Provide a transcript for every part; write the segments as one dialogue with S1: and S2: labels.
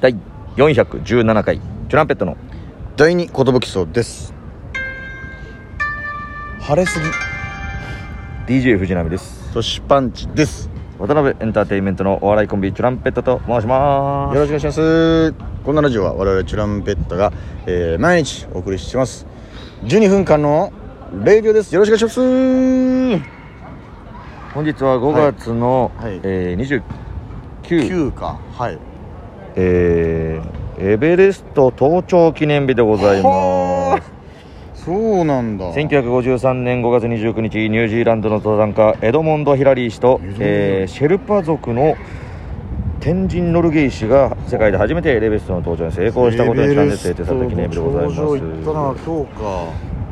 S1: 第417回トランペットの
S2: 第二言武基礎です晴れすぎ
S1: DJ 藤波です
S2: 年パンチです
S1: 渡辺エンターテインメントのお笑いコンビトランペットと申しま
S2: よ
S1: す
S2: ろしくお願いしますこのラジオは我々チュランペットが、えー、毎日お送りしてます12分間のレイディオですよろしくお願いします
S1: 本日は5月の、
S2: はいはい
S1: えー29
S2: 9かはい
S1: えーエベレスト登頂記念日でございます
S2: すそうなんだ
S1: 1953年5月29日ニュージーランドの登山家エドモンド・ヒラリー氏と
S2: エドモン、ド
S1: えーシェルパ族の天神ノルゲイ氏が世界で初めてエレベストの登頂に成功したことにちなんで制定された記念日でございます
S2: 頂上行ったな今日か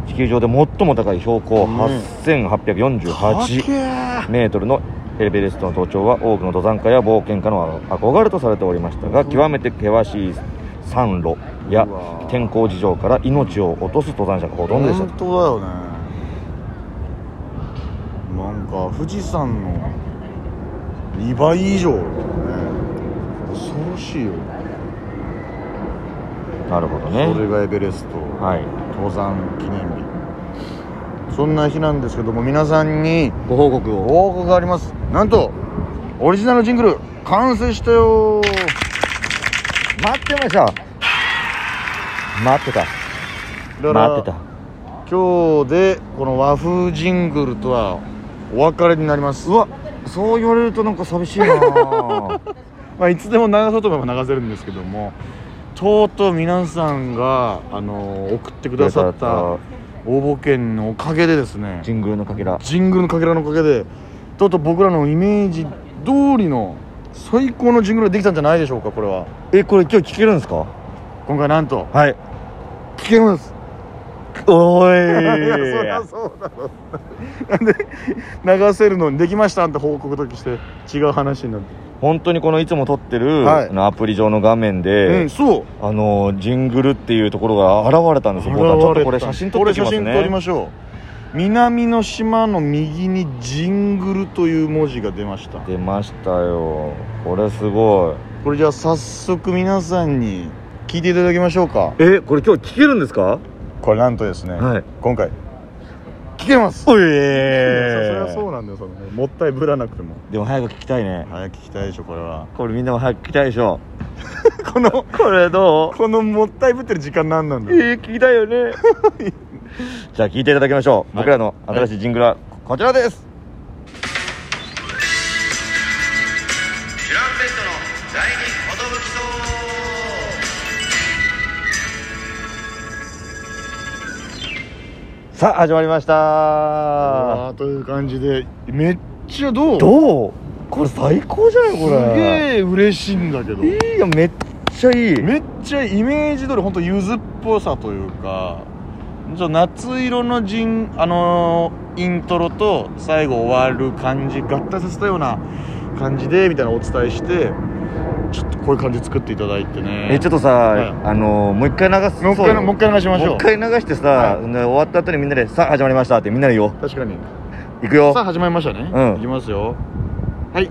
S1: 地球上で最も高い標高8848
S2: 高
S1: メートルのエレベレストの登頂は多くの登山家や冒険家の憧れとされておりましたが極めて険しい山路や
S2: うわ
S1: 天候事情から命を落とす登山者がほとんどでした
S2: 本当だよねなんか富士山の2倍以上だよね恐ろしいよ、
S1: なるほど
S2: それ
S1: ね
S2: がエベレスト、
S1: はい
S2: 登山記念日そんな日なんですけども皆さんに
S1: ご報告
S2: ご報告がありますなんとオリジナルジングル完成したよ
S1: 待ってました待ってた
S2: だから
S1: 待ってた
S2: 今日でこの和風ジングルとはお別れになります
S1: うわそう言われるとなんか寂しいな
S2: まあ、いつでも流そうと思えば流せるんですけどもとうとう皆さんが、あのー送ってくださった応募券のおかげでですね
S1: ジングルのかけら
S2: ジングルのかけらのおかげでとうとう僕らのイメージ通りの最高のジングルができたんじゃないでしょうかこれは
S1: えこれ今日聞けるんですか
S2: 今回なんと
S1: はい
S2: 聞けます
S1: お
S2: いやそりゃ
S1: ーい
S2: そうだろうなんで流せるのにできましたって報告時して違う話になって、
S1: 本当にこのいつも撮ってる、
S2: はい
S1: あのアプリ上の画面
S2: う
S1: で
S2: ん、そう
S1: あのジングルっていうところが現れたんですよボタンちょっとこれ写真撮ってきます
S2: これ写真撮り
S1: ね
S2: ましょう南の島の右にジングルという文字が出ました
S1: 出ましたよこれすごい
S2: これじゃあ早速皆さんに聞いていただきましょうか
S1: えこれ今日聞けるんですか
S2: これなんとですね、
S1: はい
S2: 今回聞けます
S1: おい
S2: そりゃそうなんだよそのもったいぶらなくても
S1: でも早く聞きたいね
S2: 早く聞きたいでしょこれは
S1: これみんなも早く聞きたいでしょ
S2: こ の
S1: これどう
S2: このもったいぶってる時間なんなんだよ
S1: えー、聞きたいよね じゃあ聞いていただきましょう、僕らの新しいジングルはこちらですさあ始まりました
S2: あーという感じでめっちゃどう
S1: どうこれ最高じゃないこれ
S2: すげえ嬉しいんだけど
S1: いいよめっちゃいい
S2: めっちゃイメージ通り本当ゆずっぽさというかちょっと夏色のジン、あのーイントロと最後終わる感じ合体させたような感じでみたいなのをお伝えしてちょっとこういう感じ作っていただいてね
S1: えちょっとさ、
S2: はい
S1: あのーもう一回流す
S2: もう一
S1: そうよ
S2: 回もう一回流しましょう
S1: もう一回流してさ、
S2: は
S1: ね終わった後にみんなで「さあ始まりました」ってみんなで言おう
S2: 確かに
S1: 行くよ
S2: さあ始まりましたね、
S1: うん
S2: いきますよはい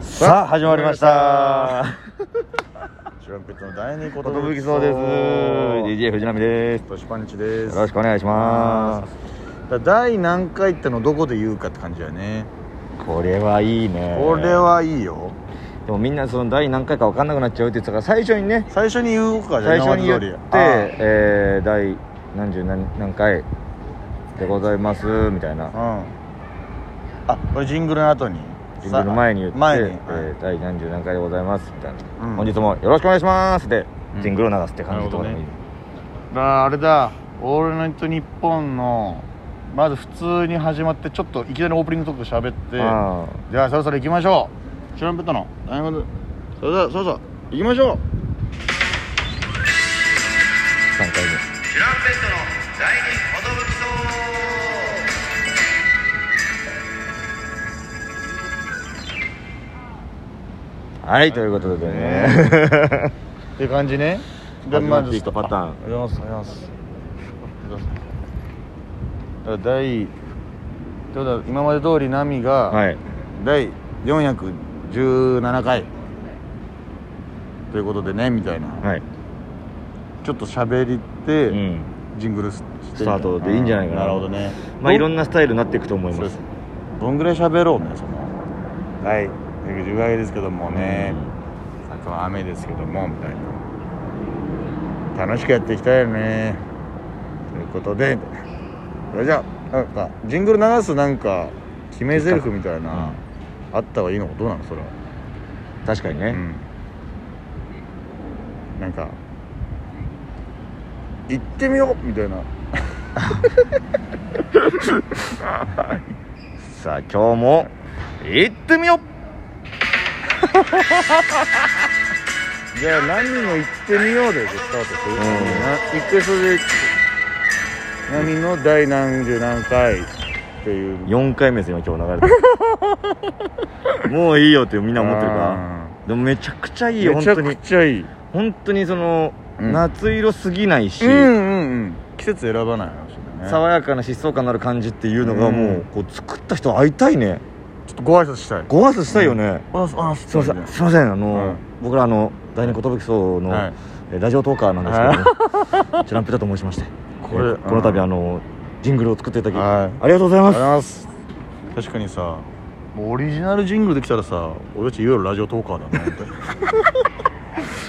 S1: さあ始まりました
S2: チュランペットの第二言
S1: ことぶきそうです DJ 藤波です
S2: トシパンチです
S1: よろしくお願いしま
S2: だ第何回ってのどこで言うかって感じだよね、
S1: すこれはいいね
S2: これはいいよ
S1: でもみんなその第何回か分かんなくなっちゃうって言ってたから最初にね
S2: 最初に言おうかじゃあ
S1: 最初に言って
S2: 今まで通り
S1: えー、第何十何何回でございますみたいな
S2: あうんあこれジングルの後に
S1: ジングル前に言って、
S2: 前に、
S1: えー第何十何回でございますみたいな、
S2: うん
S1: 本日もよろしくお願いしますで、
S2: うん
S1: ジングルを流すって感じとかでもいい、
S2: なるだからあれだ「オールナイトニッポン」のまず普通に始まってちょっといきなりオープニングトーク喋って
S1: あ
S2: じゃあそろそろ行きましょうチュランペットの大変それではそろそろ行きまし
S1: ー3回目
S2: ょうチュランペットの第二寿
S1: はい、ということでね。
S2: っていう感じね
S1: 始まっていくパターン
S2: ありがとうございますありがとうございますだから第ってことは今まで通り波が、
S1: はい
S2: 第417回ということでねみたいな、
S1: はい、
S2: ちょっと喋りって、
S1: うん
S2: ジングルス
S1: スタートでいいんじゃないかな
S2: なるほどね
S1: まあいろ
S2: なん
S1: なスタイルになっていくと思い
S2: そう
S1: ま
S2: ですすどんぐらい喋ろうねそのはい110回ですけどもね、さっきは雨ですけどもみたいな楽しくやっていきたいよねということでそれじゃあなんかジングル流すなんか決め台詞みたいな、あったはいいのどうなのそれは
S1: 確かに
S2: う
S1: ね、
S2: んなんか行ってみようみたいな
S1: さあ今日も行ってみよう
S2: じゃあ何人も行ってみようでスタートする、
S1: ん
S2: な一回それで何の第何十何回っていう
S1: 4回目ですよ今日流れ てるもういいよってみんな思ってるか
S2: あ
S1: らでもめちゃくちゃいい
S2: ー
S1: よ
S2: め
S1: 本
S2: ちゃ
S1: 当に
S2: くちゃいい
S1: 本当にその、
S2: うん
S1: 夏色すぎないし、
S2: うんうんうん季節選ばない話だね
S1: 爽やかな疾走感のある感じっていうのが
S2: うん
S1: もう,、こう作った人会いたいね
S2: ちょっとご挨拶したい
S1: ご挨拶したいよね、
S2: ああ
S1: すいませんすいませんあの、
S2: うん
S1: 僕らあの第二寿荘の、
S2: はい
S1: えーラジオトーカーなんですけども チュランペタと申しまして
S2: これ
S1: えーこの度あ
S2: の
S1: のジングルを作っていただき、
S2: はい
S1: ありがとうござい
S2: ありがとうご
S1: ま
S2: ざい
S1: す
S2: ます確かにさもうオリジナルジングルできたらさ俺たちいわゆるラジオトーカーだね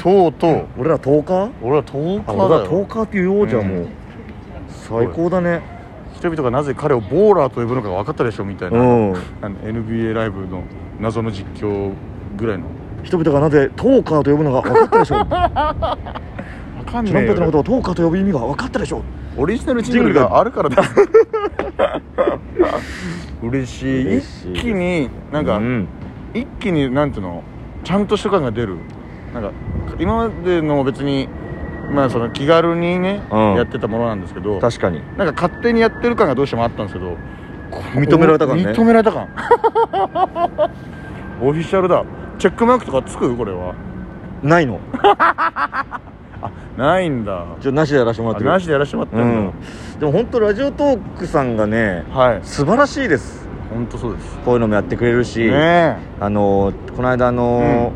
S2: とうとう
S1: 俺らトーカー
S2: 俺はトーカ
S1: あ
S2: ー
S1: 俺
S2: だ
S1: らトー
S2: よ
S1: カーって言おうじゃん、も
S2: う
S1: う最高だね
S2: 人々がなぜ彼をボーラーと呼ぶのか分かったでしょみたいうな、
S1: ん
S2: あの NBA ライブの謎の実況ぐらいの
S1: 人々がなぜトーカーと呼ぶのが分かったで しょう
S2: 分かん
S1: チュランペタのこ
S2: よ
S1: とをトーカーと呼ぶ意味が分かったでしょう
S2: オリジナルジングルがあるからだ嬉しい
S1: 嬉しい
S2: 一気になんか、
S1: うん
S2: 一気になんていうのちゃんとした感が出るなんか今までの別にまあその気軽にね、
S1: うん
S2: やってたものなんですけど
S1: 確かに
S2: なんか勝手にやってる感がどうしてもあったんですけど
S1: 認められた感ね
S2: 認められた感 オフィシャルだチェックマークとかつくこれは
S1: ないの
S2: ないんだ
S1: ちょなしでやらせてもら
S2: あ
S1: ってる
S2: なしでやらしてもらって
S1: うんん
S2: だ、
S1: でも本当ラジオトークさんがね
S2: はい
S1: 素晴らしいです
S2: 本当そうです
S1: こういうのもやってくれるし、
S2: ね
S1: あのこの間あの,、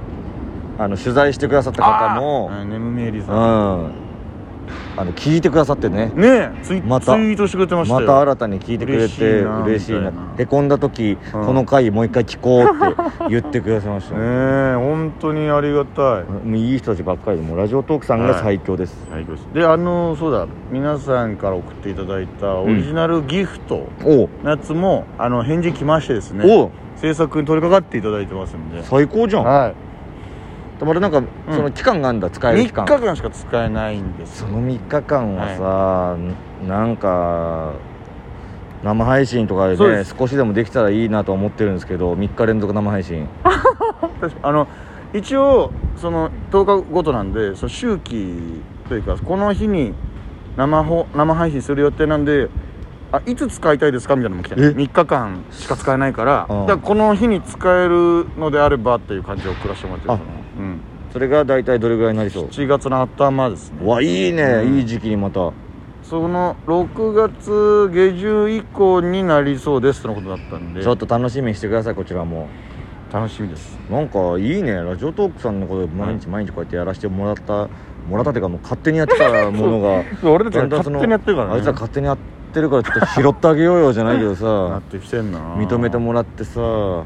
S1: あの取材してくださった方
S2: え
S1: も
S2: うんネムメイリー
S1: う
S2: さ
S1: ん
S2: ん
S1: あの聞いてくださってね
S2: ねえツイ,、
S1: また
S2: ツイートしてくれてま
S1: ま
S2: したよ
S1: た新たに聞いてくれて嬉
S2: 嬉
S1: しい
S2: しい
S1: な
S2: な
S1: へ
S2: みたいな
S1: こんだ時、この回もう一回聞こう って言ってくださいました、
S2: ねえ本当にありがたい
S1: もういい人たちばっかりでもうラジオトークさんが最強です、
S2: 最高ですであのそうだ皆さんから送っていただいたオリジナルギフト、
S1: おう
S2: のやつもあの返事来ましてですね
S1: おう
S2: 制作に取り掛かっていただいてますんで
S1: 最高じゃん
S2: は
S1: でもあれなんか、
S2: ん
S1: その期間があるんだ使
S2: い
S1: える
S2: 3
S1: 期
S2: 日
S1: 間
S2: 間しか使えないんです
S1: その3日間はさ、なんか生配信とかで,、
S2: そうで
S1: ね、
S2: す
S1: 少しでもできたらいいなとは思ってるんですけど3日連続生配信
S2: 確かあの一応その10日ごとなんでその周期というかこの日に生ほ生配信する予定なんであいつ使いたいですかみたいなのも来て
S1: え
S2: 3日間しか使えないから,、
S1: うん
S2: だからこの日に使えるのであればっていう感じを送らせてもらってるかな、うん、
S1: それが大体どれぐらいになりそう
S2: 7月の頭ですね
S1: うわいいね、
S2: うん
S1: いい時期にまた
S2: その6月下旬以降になりそうですとのことだったんで
S1: ちょっと楽しみにしてくださいこちらも
S2: 楽しみです
S1: なんかいいねラジオトークさんのこと毎日毎日こうやってやらせてもらったもらったっていうかもう勝手にやってたもの が
S2: 俺たち
S1: だ
S2: が
S1: んだんそ
S2: 勝
S1: の
S2: 手にやってるからね
S1: あいつら勝手にやってるからちょっと拾ってあげようよじゃないけど
S2: な
S1: さ
S2: ってきてんな
S1: 認めてもらってさ、
S2: うん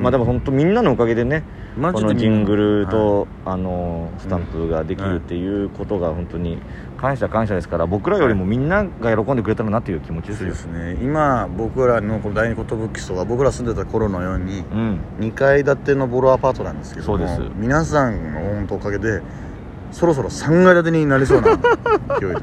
S1: まあでも本当みんなのおかげでね
S2: マ
S1: こ
S2: ジで
S1: の
S2: みんな
S1: ジングル
S2: は
S1: と、あのスタンプができるっていうことが本当に感謝感謝ですから僕らよりもみんなが喜んでくれたらなっていう気持ち
S2: い
S1: で
S2: そ
S1: す
S2: う
S1: よ
S2: で、すね今僕らのこの第二寿荘は僕ら住んでた頃のように
S1: うん、
S2: 2階建てのボロアパートなんですけども
S1: そうです
S2: 皆さんの本当おかげでそろそろ3階建てになりそうな勢いというか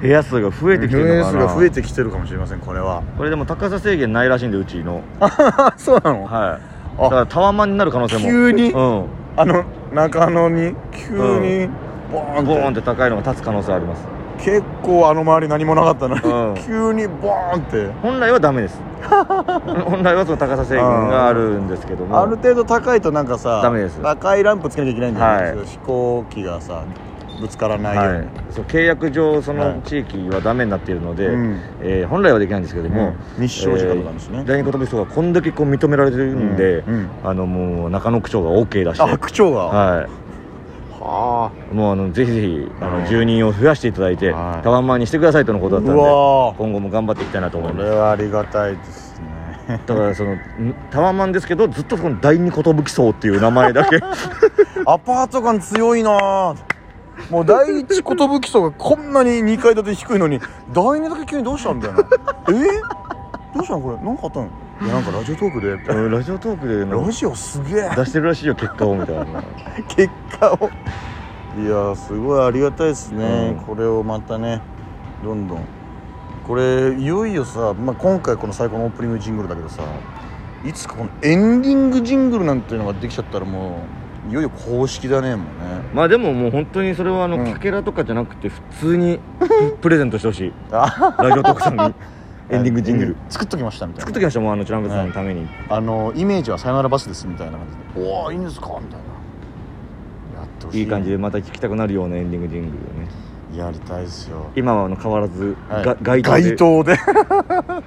S1: 部屋数が増えてきてるのか
S2: 数
S1: な
S2: が増えてきてるかもしれませんこれ は
S1: これでも高さ制限ないらしいんでうちの
S2: あそうなの
S1: はい
S2: あ
S1: だからタワマンになる可能性も
S2: 急に
S1: うん
S2: あの中野に急にボーンって
S1: ボーンって高いのが立つ可能性あります
S2: 結構あの周り何もなかったのに、
S1: うん
S2: 急にボーンって
S1: 本来はダメ です本来はその高さ制限があるんですけども
S2: ある程度高いとなんかさ
S1: ダメです
S2: 高いランプつけなきゃいけないんだよね、
S1: はい
S2: 飛行機がさぶつからないように、
S1: はい、そう契約上そ
S2: は
S1: の
S2: い
S1: 地域はダメになっているので、
S2: うん
S1: えー本来はできないんですけども、
S2: うん日照時間とかですね
S1: えー第二言武装がこんだけこう認められてるんで、
S2: うんうん
S1: あのもう中野区長が OK 出して、
S2: あ区長が
S1: は、
S2: はい
S1: もうあのぜひぜひあ
S2: うん
S1: の住人を増やしていただいて、
S2: はい
S1: タワマンにしてくださいとのことだったん
S2: う
S1: で
S2: わー
S1: 今後も頑張っていきたいなと思い
S2: こ
S1: ま
S2: れ
S1: す
S2: はありがたいですね
S1: だからそのんタワマンですけどずっとこの第二寿荘っていう名前 だけ
S2: アパート感強いなもう第一寿基礎がこんなに2階建て低いのに第二だけ急にどうしたんだよなえどうしたのこれ何かあったのいやなんかラジオトークでって
S1: うんラジオトークでなん
S2: ラ
S1: か
S2: ジオすげえ
S1: 出してるらしいよ結果をみたいな
S2: 結果をいやーすごいありがたいですね、
S1: うん
S2: これをまたねどんどんこれいよいよさ、まあ、今回この最高のオープニングジングルだけどさいつかこのエンディングジングルなんていうのができちゃったらもういよいよ公式だねもうね
S1: まあでももう本当にそれはあの、
S2: うん
S1: かけらとかじゃなくて普通にプレゼントしてほしい
S2: あ
S1: ラジオトークさん にエンディングジングル、
S2: 作っときましたみたいな
S1: 作っときましたもうあのチュランペットさんのために、
S2: あのイメージは「さよならバスです」みたいな感じで「おおいいんですか?」みたいなやってほしい
S1: い、い感じでまた聞きたくなるようなエンディングジングルをね
S2: やりたいですよ
S1: 今はあの変わらず、
S2: はい
S1: が街頭で
S2: 街頭で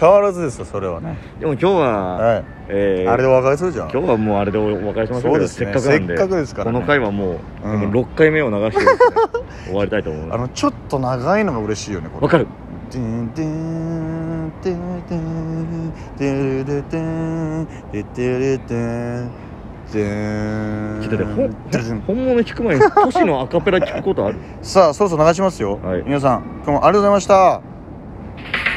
S2: 変わらずですよそれはね
S1: でも今日は、
S2: はい
S1: えー
S2: あれでお別れするじゃん
S1: 今日はもうあれでお別れしましょうけ
S2: そう
S1: ど
S2: です
S1: せ
S2: ね
S1: っかくなんで
S2: せっかくですからね
S1: この回はもう、
S2: うん
S1: もう6回目を流してですね、終わりたいと思い
S2: あ
S1: ます
S2: のちょっと長いのが嬉しいよねこれ
S1: わかる
S2: てんてんてんてんてるでてんててれてんてん
S1: ちょっとねほん
S2: てん
S1: 本物弾く前に都市のアカペラ聞くことある
S2: さあそろそろ流しますよ、
S1: はい
S2: 皆さん今日もありがとうございました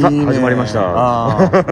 S1: さあ始まりました
S2: あー